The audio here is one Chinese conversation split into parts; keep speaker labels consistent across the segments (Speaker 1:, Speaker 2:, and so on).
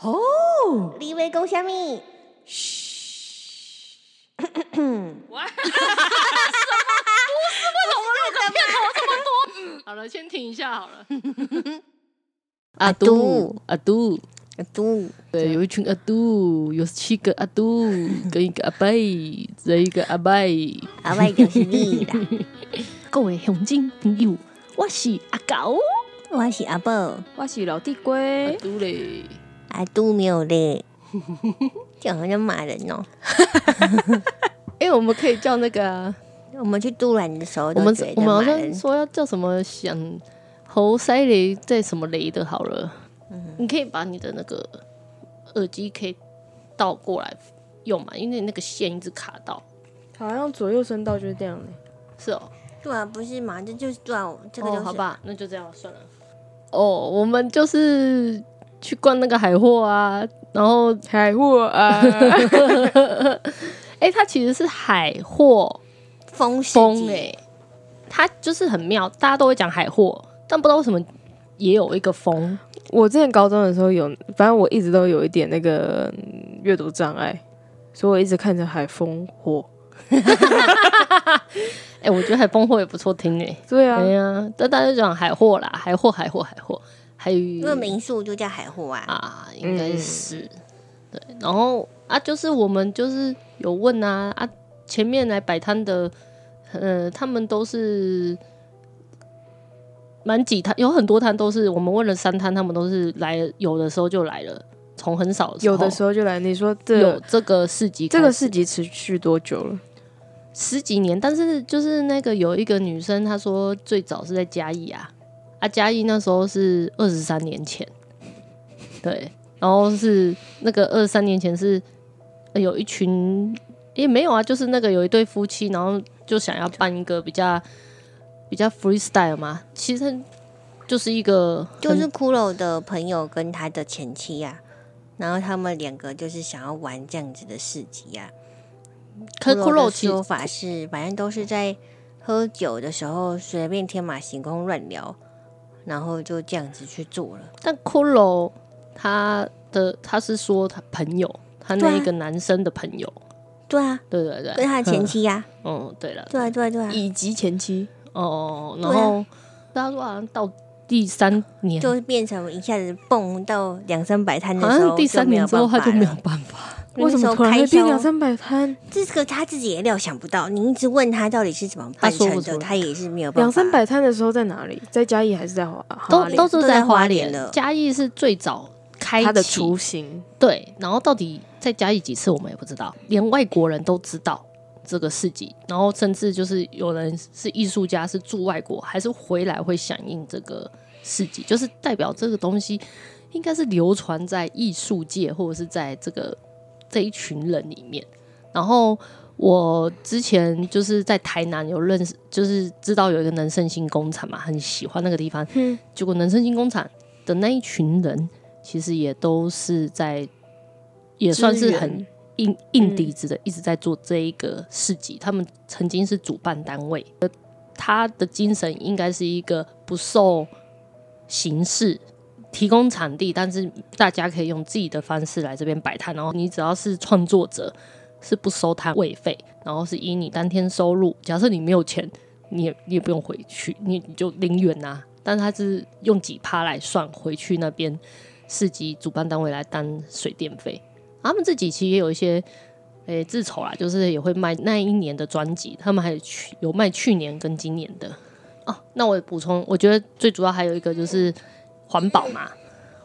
Speaker 1: 哦，
Speaker 2: 你为讲什 么？
Speaker 3: 哇，什么不是？为什么入口片头这么多？ 好了，先停一下好了。
Speaker 1: 阿
Speaker 2: 杜
Speaker 1: 杜阿杜，
Speaker 2: 嘟，
Speaker 1: 对，有一群阿杜，有七个阿 杜跟一个阿拜，再一个阿拜。
Speaker 2: 阿外就是你 啦。
Speaker 1: 各位乡亲朋友，我是阿狗，
Speaker 2: 我是阿宝，
Speaker 4: 我是老地
Speaker 1: 阿
Speaker 4: 龟，
Speaker 1: 杜嘞，
Speaker 3: 哎
Speaker 2: 阿嘟哎没有 嘞，这样好像骂人哦。
Speaker 1: 哎、我们可以叫那个啊、
Speaker 2: 我们去杜兰的时候
Speaker 1: 我
Speaker 2: 都
Speaker 1: 们
Speaker 2: 觉得
Speaker 1: 我们好
Speaker 2: 骂
Speaker 1: 像
Speaker 2: 人，
Speaker 1: 说要叫什么想猴塞雷在什么雷的好了，你可以把你的那个耳机可以倒过来用嘛，因为那个线一直卡到。
Speaker 4: 好像左右声道就是这样的。
Speaker 1: 是哦，
Speaker 2: 对啊，不是嘛？这就是对啊，这个就
Speaker 1: 哦，
Speaker 2: 是
Speaker 1: 好吧，那就这样算了。哦，我们就是去逛那个海货啊，然后
Speaker 4: 海货啊，
Speaker 1: 哎、它其实是海货
Speaker 2: 风世
Speaker 1: 风
Speaker 2: 纪
Speaker 1: 哎、它就是很妙，大家都会讲海货，但不知道为什么也有一个风。
Speaker 4: 我之前高中的时候有，反正我一直都有一点那个嗯阅读障碍，所以我一直看着海风火。
Speaker 1: 哎、我觉得海风货也不错听哎、
Speaker 4: 对啊，
Speaker 1: 对呀、但大家就讲海货啦，海货，海货，海货，还
Speaker 2: 因
Speaker 1: 有
Speaker 2: 为民宿就叫海货啊，
Speaker 1: 啊，应该
Speaker 4: 嗯
Speaker 1: 是、对。然后啊，就是我们就是有问啊啊，前面来摆摊的，呃，他们都是蛮几摊，有很多摊都是我们问了三摊，他们都是来，有的时候就来了，从很少
Speaker 4: 有的时
Speaker 1: 候
Speaker 4: 候就来。你说
Speaker 1: 有
Speaker 4: 这
Speaker 1: 这个市集开
Speaker 4: 这
Speaker 1: 始，
Speaker 4: 个市集持续多久了？
Speaker 1: 十几年，但是就是那个有一个女生，她说最早是在嘉义啊，啊嘉义那时候是二十三年前，对，然后是那个二十三年前是呃有一群也没有啊，就是那个有一对夫妻，然后就想要办一个比较比较 freestyle 嘛，其实就是一个
Speaker 2: 就
Speaker 1: 很
Speaker 2: 是骷髅的朋友跟他的前妻啊。然后他们两个就是想要玩这样子的市集啊。
Speaker 1: 可骷髅
Speaker 2: 的
Speaker 1: 其实
Speaker 2: 说法是，反正都是在喝酒的时候随便天马行空乱聊，然后就这样子去做了。
Speaker 1: 但骷髅他的他是说他朋友，他那一个男生的朋友，
Speaker 2: 对啊，
Speaker 1: 对对对，
Speaker 2: 跟他的前妻呀、
Speaker 1: 嗯，对了
Speaker 2: 啊，，对啊，对啊，对啊，
Speaker 4: 以及前妻，
Speaker 1: 哦，然
Speaker 2: 对啊
Speaker 1: 后他说好像到第三年，
Speaker 2: 就是变成一下子蹦到两三百摊
Speaker 1: 好
Speaker 2: 的时候，
Speaker 1: 像第三年之后他就没有
Speaker 2: 了。
Speaker 1: 办法。
Speaker 4: 为什么突然会变两三百摊？
Speaker 2: 这个他自己也料想不到，你一直问他到底是怎么办
Speaker 1: 他
Speaker 2: 成
Speaker 1: 说不出
Speaker 2: 的，
Speaker 1: 来
Speaker 2: 他也是没有办法。
Speaker 4: 两三百摊的时候在哪里？在嘉义还是在华？
Speaker 1: 都
Speaker 4: 华联
Speaker 1: 都是
Speaker 2: 都在
Speaker 1: 在
Speaker 2: 花
Speaker 1: 花
Speaker 2: 莲
Speaker 1: 莲
Speaker 2: 了
Speaker 1: 嘉义是最早开
Speaker 4: 它的
Speaker 1: 启
Speaker 4: 雏形，
Speaker 1: 对，然后到底在嘉义几次我们也不知道，连外国人都知道这个市集，然后甚至就是有人是艺术家，是住外国，还是回来会响应这个市集，就是代表这个东西应该是流传在艺术界或者是在这个这一群人里面。然后我之前就是在台南有认识，就是知道有一个能盛新工厂嘛，很喜欢那个地方，
Speaker 4: 嗯，
Speaker 1: 结果能生新工厂的那一群人，其实也都是在，也算是很硬硬底子的，一直在做这一个市集。他们曾经是主办单位，呃他的精神应该是一个不受形式。提供场地，但是大家可以用自己的方式来这边摆摊。然后你只要是创作者，是不收摊位费，然后是以你当天收入。假设你没有钱，你也你也不用回去，你你就零元呐、但是他是用几趴来算回去那边市集主办单位来当水电费。他们自己其实也有一些诶、自筹啦，就是也会卖那一年的专辑，他们还有去有卖去年跟今年的。哦，那我补充，我觉得最主要还有一个就是环保嘛，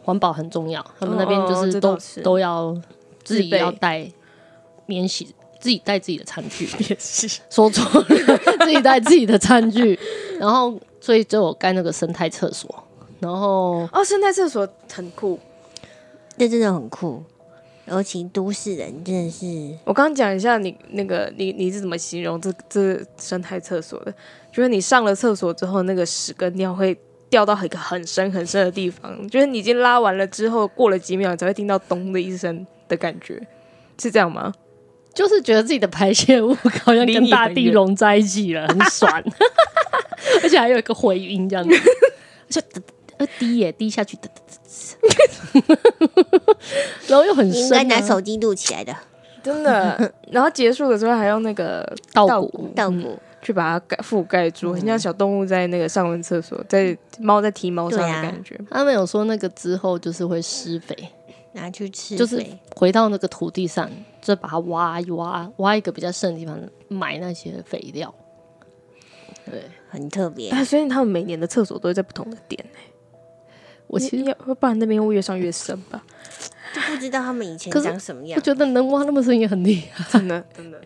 Speaker 1: 环保很重要。他们那边
Speaker 4: 哦
Speaker 1: 就是
Speaker 4: 这
Speaker 1: 都、
Speaker 4: 倒是
Speaker 1: 都要自己
Speaker 4: 自备
Speaker 1: 要带免洗，自己带自己的餐具。
Speaker 4: 也是
Speaker 1: 说错了， 自己带自己的餐具，然后所以就有盖那个生态厕所，然后
Speaker 4: 哦，生态厕所很酷。
Speaker 2: 这真的很酷，尤其都市人真的是
Speaker 4: 我刚刚讲一下你那个你你是怎么形容这这生态厕所的？就是你上了厕所之后，那个屎跟尿会掉到一个很深很深的地方，就是你已经拉完了之后，过了几秒你才会听到咚的一声的感觉，是这样吗？
Speaker 1: 就是觉得自己的排泄物好像
Speaker 4: 离
Speaker 1: 跟
Speaker 4: 你
Speaker 1: 大
Speaker 4: 很
Speaker 1: 地
Speaker 4: 远
Speaker 1: 融在一 起了，很爽，而且还有一个回音这样子， 就呃滴耶滴下去，哒哒哒然后又很
Speaker 2: 你应
Speaker 1: 深、啊，
Speaker 2: 该拿手机录起来的
Speaker 4: 真的。 然后结束的时候还用那个
Speaker 1: 稻
Speaker 4: 稻
Speaker 1: 谷
Speaker 4: 谷
Speaker 2: 稻
Speaker 1: 嗯
Speaker 2: 谷，
Speaker 4: 去把它盖覆盖住，很像小动物在那个上完厕所，在猫在提猫上的
Speaker 2: 对啊
Speaker 4: 感觉。
Speaker 1: 他们有说那个之后就是会施肥，
Speaker 2: 拿去吃
Speaker 1: 就是
Speaker 2: 肥
Speaker 1: 回到那个土地上，再把它挖一挖，挖一个比较深的地方埋那些肥料。对
Speaker 2: 很特别
Speaker 4: 哎、。所以他们每年的厕所都会在不同的点、欸。
Speaker 1: 我其实
Speaker 4: 要要不然那边会越上越深吧？
Speaker 2: 就不知道他们以前
Speaker 1: 可是
Speaker 2: 长什么
Speaker 1: 我
Speaker 2: 样。
Speaker 1: 觉得能挖那么深也很厉害，
Speaker 4: 真的真的，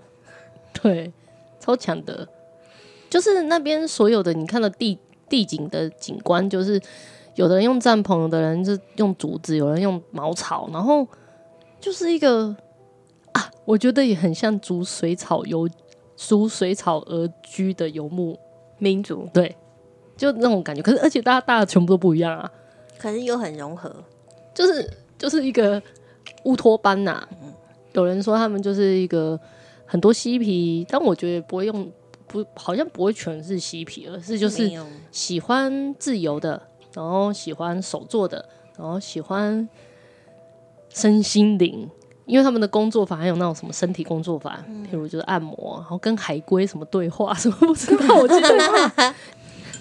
Speaker 1: 对，超强的。就是那边所有的你看到地地景的景观，就是有的人用帐篷，有的人是用竹子，有人用茅草，然后就是一个啊，我觉得也很像逐水草游逐水草而居的游牧
Speaker 4: 民族
Speaker 1: 对，就那种感觉。可是而且大家大家全部都不一样啊，
Speaker 2: 可是又很融合，
Speaker 1: 就是就是一个乌托邦呐、有人说他们就是一个很多嬉皮，但我觉得不会用不好像不会全是嬉皮，而是啊就是
Speaker 2: 没有
Speaker 1: 喜欢自由的，然后喜欢手做的，然后喜欢身心灵。因为他们的工作法还有那种什么身体工作法，譬如就是按摩，然后跟海龟什么对话， 什么不知道，我记得那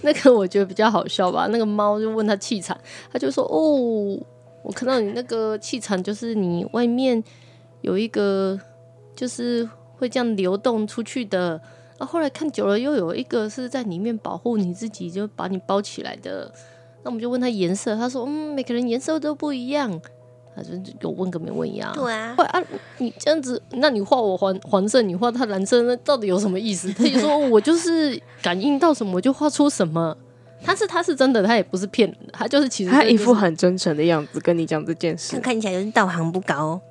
Speaker 1: 那个我觉得比较好笑吧。那个猫就问他气场，他就说：“哦，我看到你那个气场，就是你外面有一个，就是会这样流动出去的。然后后来看久了，又有一个是在里面保护你自己，就把你包起来的。那我们就问他颜色，他说：嗯，每个人颜色都不一样。他就有问跟没问一样。
Speaker 2: 对啊，
Speaker 1: 后来啊，你这样子，那你画我黄黄色，你画他蓝色，那到底有什么意思？他就说我就是感应到什么我就画出什么。他是他是真的，他也不是骗人的，他就是其实
Speaker 4: 他
Speaker 1: 这就
Speaker 4: 一副
Speaker 1: 是
Speaker 4: 很真诚的样子跟你讲这件事
Speaker 2: 但，看起来就是道行不高，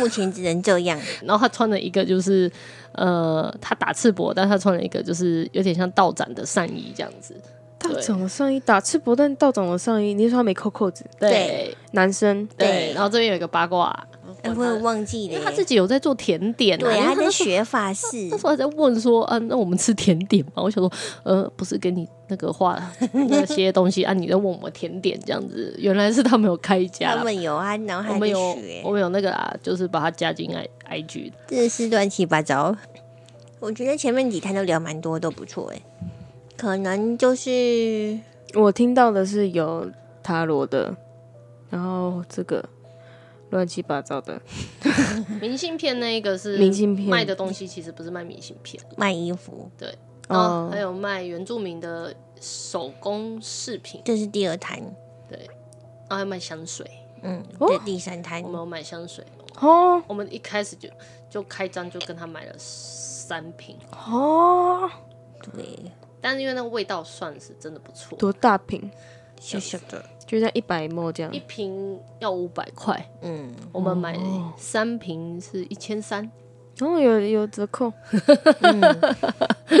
Speaker 2: 目前只能这 样。
Speaker 1: 然后他穿了一个就是呃，他打赤膊，但他穿了一个就是有点像道长的上衣这样子。
Speaker 4: 道
Speaker 1: 对
Speaker 4: 长的上衣打赤膊，但道长的上衣，你说他没扣扣子，
Speaker 1: 对
Speaker 4: 男生
Speaker 1: 对
Speaker 2: 对
Speaker 1: 然后这边有一个八卦，
Speaker 2: 哎我也忘记
Speaker 1: 因
Speaker 2: 了
Speaker 1: 为他
Speaker 2: 耶
Speaker 1: 自己有在做甜点、啊，
Speaker 2: 对
Speaker 1: 因为
Speaker 2: 啊，他
Speaker 1: 那
Speaker 2: 在
Speaker 1: 时候
Speaker 2: 学法式
Speaker 1: 那，时候还在问说，啊，那我们吃甜点吗？我想说，呃，不是给你那个画那些东西啊，你在问我们甜点这样子，原来是他们有开一家
Speaker 2: 他
Speaker 1: 啦。
Speaker 2: 们有啊，然后
Speaker 1: 我
Speaker 2: 还在
Speaker 1: 们有
Speaker 2: 学
Speaker 1: 我，们有那个啦，就是把它加进 i i g
Speaker 2: 真的是乱七八糟。我觉得前面几摊都聊蛮多，都不错哎。可能就是
Speaker 4: 我听到的是有塔罗的，然后这个乱七八糟的，
Speaker 1: 明信片那一个是
Speaker 4: 明信片
Speaker 1: 卖的东西，其实不是卖明信片，
Speaker 2: 卖衣服，
Speaker 1: 然后
Speaker 4: 哦
Speaker 1: 还有卖原住民的手工饰品，
Speaker 2: 这是第二摊，
Speaker 1: 然后还有卖香水，
Speaker 2: 嗯，
Speaker 4: 哦
Speaker 2: 这第三摊
Speaker 1: 我们有买香水。
Speaker 4: 哦
Speaker 1: 我们一开始就就开张就跟他买了三瓶，
Speaker 4: 哦，
Speaker 2: 对，
Speaker 1: 但是因为那个味道算是真的不错，
Speaker 4: 多大瓶，
Speaker 2: 小小的，
Speaker 4: 就像一百沫这样
Speaker 1: 一，瓶要五百块，
Speaker 2: 嗯，
Speaker 1: 我们买三瓶是一千三，
Speaker 4: 然后哦有有折扣，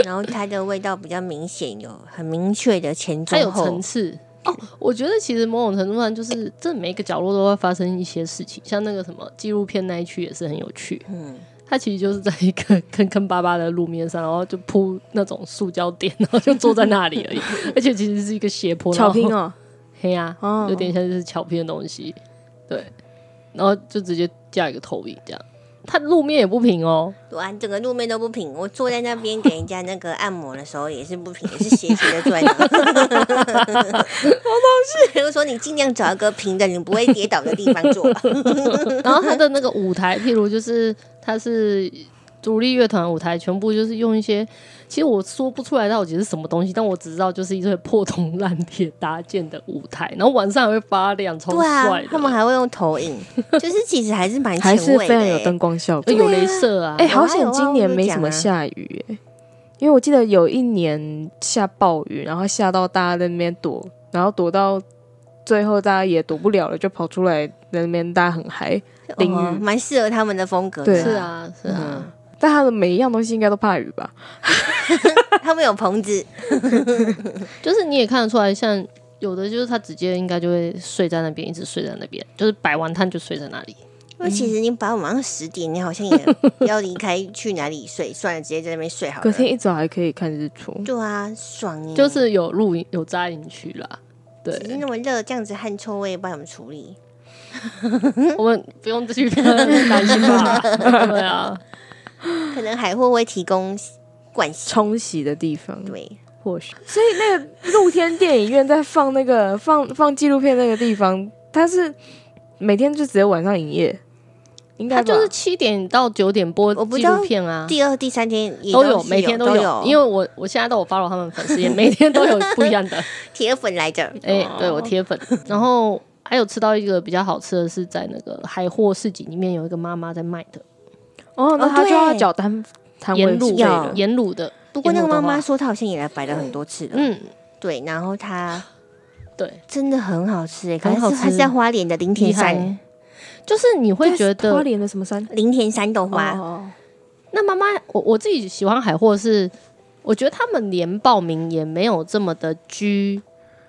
Speaker 2: 然后它的味道比较明显，有很明确的前
Speaker 1: 它有
Speaker 2: 中
Speaker 1: 层
Speaker 2: 后，
Speaker 1: 次。哦，我觉得其实某种程度上就是，这每一个角落都会发生一些事情，像那个什么纪录片那一区也是很有趣。
Speaker 2: 嗯，
Speaker 1: 它其实就是在一个坑坑巴巴的路面上，然后就铺那种塑胶垫，然后就坐在那里而已。而且其实是一个斜坡，
Speaker 4: 巧拼
Speaker 1: 哦，
Speaker 4: 哦，
Speaker 1: 黑呀、
Speaker 4: 哦
Speaker 1: 有点像是巧拼的东西，对。然后就直接架一个投影这样，它路面也不平哦，
Speaker 2: 哇，啊整个路面都不平。我坐在那边给人家那个按摩的时候也是不平，也是斜斜的坐在那。好东西！就说你尽量找一个平的，你不会跌倒的地方坐吧。
Speaker 1: 然后他的那个舞台，譬如就是他是独立乐团舞台，全部就是用一些，其实我说不出来到底是什么东西，但我只知道就是一堆破铜烂铁搭建的舞台，然后晚上还会发亮，超
Speaker 2: 对啊
Speaker 1: 帅，的，
Speaker 2: 他们还会用投影，就是其实还是蛮
Speaker 4: 还
Speaker 2: 前
Speaker 4: 是
Speaker 2: 卫
Speaker 4: 非
Speaker 2: 的、
Speaker 4: 常有
Speaker 2: 欸。
Speaker 4: 灯光效
Speaker 1: 呃
Speaker 4: 果。
Speaker 1: 有镭射啊，
Speaker 4: 哎、好
Speaker 2: 有啊有
Speaker 4: 险
Speaker 2: 啊
Speaker 4: 今年没什么下雨、哎，因为我记得有一年下暴雨，然后下到大家在那边躲，然后躲到最后大家也躲不了了，就跑出来在那边大家很嗨。淋雨
Speaker 2: 哦蛮适合他们的风格
Speaker 4: 对
Speaker 2: 的。
Speaker 1: 是啊是啊，
Speaker 4: 但他的每一样东西应该都怕雨吧？
Speaker 2: 他们有棚子，
Speaker 1: 就是你也看得出来，像有的就是他直接应该就会睡在那边，一直睡在那边，就是摆完摊就睡在那里。
Speaker 2: 因为其实你把晚上十点，你好像也要离开去哪里睡，算了，直接在那边睡好
Speaker 4: 隔
Speaker 2: 了。
Speaker 4: 天一早还可以看日出，
Speaker 2: 对啊，爽耶！
Speaker 1: 就是有露营有扎营区啦，对，
Speaker 2: 只是那么热，这样子汗臭味不知道怎么处理。
Speaker 1: 我们不用继续担心 吧？对啊，
Speaker 2: 可能海货会提供灌洗，
Speaker 4: 冲洗的地方。
Speaker 2: 对，
Speaker 1: 或许
Speaker 4: 所以那个露天电影院在放那个放放纪录片那个地方，它是每天就只有晚上营业，应该
Speaker 1: 他
Speaker 4: 吧
Speaker 1: 就是七点到九点播
Speaker 2: 我不
Speaker 1: 纪
Speaker 2: 知道
Speaker 1: 录片啊，
Speaker 2: 第二、第三天也
Speaker 1: 都
Speaker 2: 是有，
Speaker 1: 有，每天
Speaker 2: 都
Speaker 1: 有，因为我我现在都有 follow 他们 粉丝，也每天都有不一样的。
Speaker 2: 铁粉来着，
Speaker 1: 哎、
Speaker 4: 哦
Speaker 1: 对我铁粉。然后还有吃到一个比较好吃的是在那个海货市集里面有一个妈妈在卖的
Speaker 4: 哦，那
Speaker 2: 哦
Speaker 4: 他就
Speaker 2: 对
Speaker 4: 要缴单摊位
Speaker 1: 盐卤
Speaker 4: 费了。
Speaker 1: 盐卤的，
Speaker 2: 不过那个
Speaker 1: 盐卤
Speaker 2: 妈
Speaker 1: 的
Speaker 2: 妈
Speaker 1: 话
Speaker 2: 说她好像也来摆了很多次了，
Speaker 1: 嗯，
Speaker 2: 对，然后她
Speaker 1: 对，
Speaker 2: 真的很好吃哎，可
Speaker 1: 很好
Speaker 2: 是
Speaker 1: 吃
Speaker 2: 还是在花莲的林
Speaker 1: 厉
Speaker 2: 田山，
Speaker 1: 害。就是你
Speaker 2: 啊
Speaker 1: 会觉
Speaker 4: 啊花
Speaker 1: 得
Speaker 4: 莲的什么山？
Speaker 2: 林田山豆花，
Speaker 4: 哦，
Speaker 1: 那妈妈，我我自己喜欢海货是，我觉得他们连报名也没有这么的拘，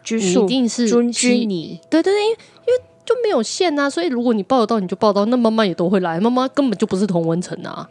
Speaker 4: 拘
Speaker 1: 你
Speaker 4: 束
Speaker 1: 一定是
Speaker 4: 拘拘
Speaker 1: 拘
Speaker 4: 泥，
Speaker 1: 对对对，因为因为就没有限啊，所以如果你报得到你就报得到，那妈妈也都会来，妈妈根本就不是同温层啊，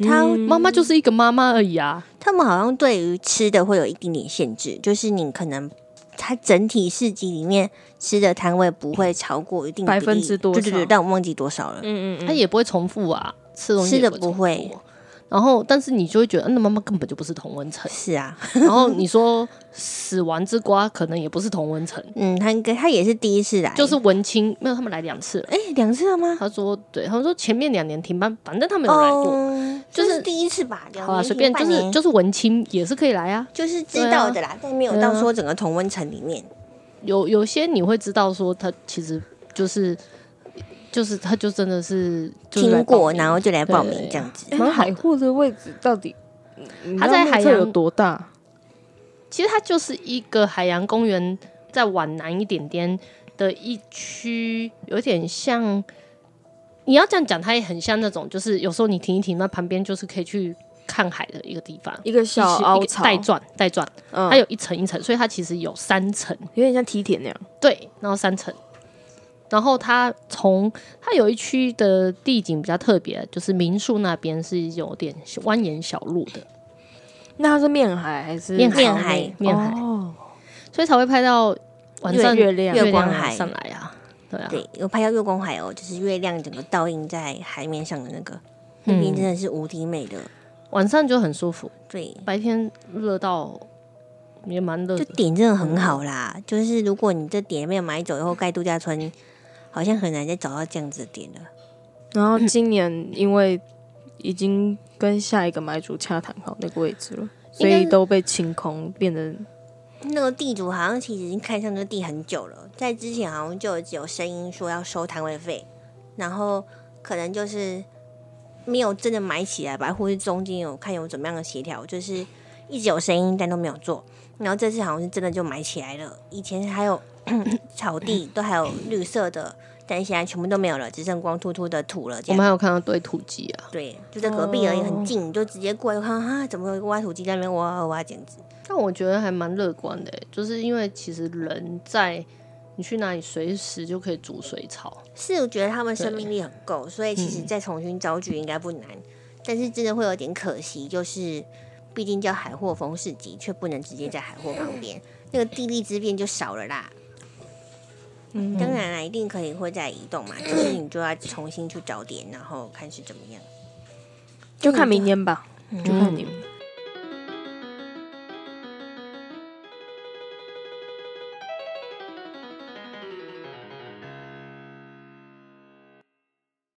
Speaker 2: 她
Speaker 1: 妈妈就是一个妈妈而已啊。
Speaker 2: 他们好像对于吃的会有一点点限制，就是你可能它整体市集里面吃的摊位不会超过一定比例
Speaker 4: 百分之多少
Speaker 2: 对对对，但我忘记多少了。
Speaker 4: 嗯嗯
Speaker 1: 他
Speaker 4: 嗯，
Speaker 1: 也不会重复啊，吃东西
Speaker 2: 吃的
Speaker 1: 也不
Speaker 2: 不会。
Speaker 1: 重复。啊然后，但是你就会觉得，啊那妈妈根本就不是同温层
Speaker 2: 是啊，
Speaker 1: 然后你说死亡之瓜可能也不是同温层，
Speaker 2: 嗯，他应该他也是第一次来，
Speaker 1: 就是文青没有他们来两次了。
Speaker 2: 哎两次了吗？
Speaker 1: 他说对，他说前面两年停班，反正他们有来过。
Speaker 2: 哦
Speaker 1: 就是
Speaker 2: 这第一次吧，两
Speaker 1: 好啊，
Speaker 2: 年
Speaker 1: 随便，
Speaker 2: 前
Speaker 1: 就
Speaker 2: 半
Speaker 1: 是
Speaker 2: 年
Speaker 1: 就是文青也是可以来啊。
Speaker 2: 就是知道的啦，但没有到说整个同温层里面。
Speaker 1: 有有些你会知道说他其实就是就是他就真的是就是来
Speaker 2: 听
Speaker 1: 报
Speaker 2: 过，
Speaker 1: 名
Speaker 2: 然后就来报名
Speaker 1: 对啊
Speaker 2: 这样子。
Speaker 4: 哎那海货的位置到底？嗯你
Speaker 1: 它
Speaker 4: 知道
Speaker 1: 在
Speaker 4: 目
Speaker 1: 海
Speaker 4: 测有
Speaker 1: 洋
Speaker 4: 多大？
Speaker 1: 其实它就是一个海洋公园，再往南一点点的一区，有点像。你要这样讲，它也很像那种，就是有时候你停一停，那旁边就是可以去看海的一个地方，
Speaker 4: 一个
Speaker 1: 一
Speaker 4: 小
Speaker 1: 起
Speaker 4: 凹
Speaker 1: 一个
Speaker 4: 槽，
Speaker 1: 带转带转，
Speaker 4: 嗯
Speaker 1: 它有一层一层，所以它其实有三层，
Speaker 4: 有点像梯田那样。
Speaker 1: 对，然后三层，然后它从它有一区的地景比较特别，就是民宿那边是有点蜿蜒小路的
Speaker 4: 那它是嗯面海还是
Speaker 1: 面海
Speaker 2: 面海
Speaker 1: 面海，
Speaker 4: 哦，
Speaker 1: 所以才会拍到晚上
Speaker 4: 月亮
Speaker 1: 月
Speaker 2: 月光
Speaker 1: 亮
Speaker 2: 海
Speaker 1: 上来啊，对啊，
Speaker 2: 对，有拍到月光海哦，就是月亮整个倒映在海面上的那个，
Speaker 1: 嗯
Speaker 2: 那边真的是无敌美的。
Speaker 1: 晚上就很舒服，
Speaker 2: 对，
Speaker 1: 白天热到也蛮热
Speaker 2: 就
Speaker 1: 的，
Speaker 2: 点真的很好啦。就是如果你这点没有买走以后盖度假村，好像很难再找到这样子的点了。
Speaker 4: 然后今年因为已经跟下一个买主洽谈好那个位置了，所
Speaker 1: 应该
Speaker 4: 以
Speaker 1: 是
Speaker 4: 都被清空，变成
Speaker 2: 那个地主好像其实已经看上这地很久了，在之前好像就有声音说要收摊位费，然后可能就是没有真的买起来吧，或是中间有看有怎么样的协调，就是一直有声音但都没有做。然后这次好像是真的就买起来了，以前还有 草地都还有绿色的，但现在全部都没有了，只剩光秃秃的土了。这
Speaker 1: 我
Speaker 2: 样
Speaker 1: 们还有看到堆土鸡啊，
Speaker 2: 对，就在隔壁而已，
Speaker 4: 哦
Speaker 2: 很近，你就直接过来就看到啊，怎么有一个挖土机在那边挖挖挖，简直
Speaker 1: 但我觉得还蛮乐观的欸、就是因为其实人在你去哪里随时就可以煮水草，
Speaker 2: 是我觉得他们生命力很够，所以其实再重新招举应该不难，但是真的会有点可惜，就是毕竟叫海货风市集，却不能直接在海货旁边，那个地利之便就少了啦。
Speaker 4: 嗯
Speaker 2: 当然啦，一定可以会再移动嘛，只是你就要重新去找点，然后看是怎么样。
Speaker 1: 嗯
Speaker 4: 就看明年吧，就看你们。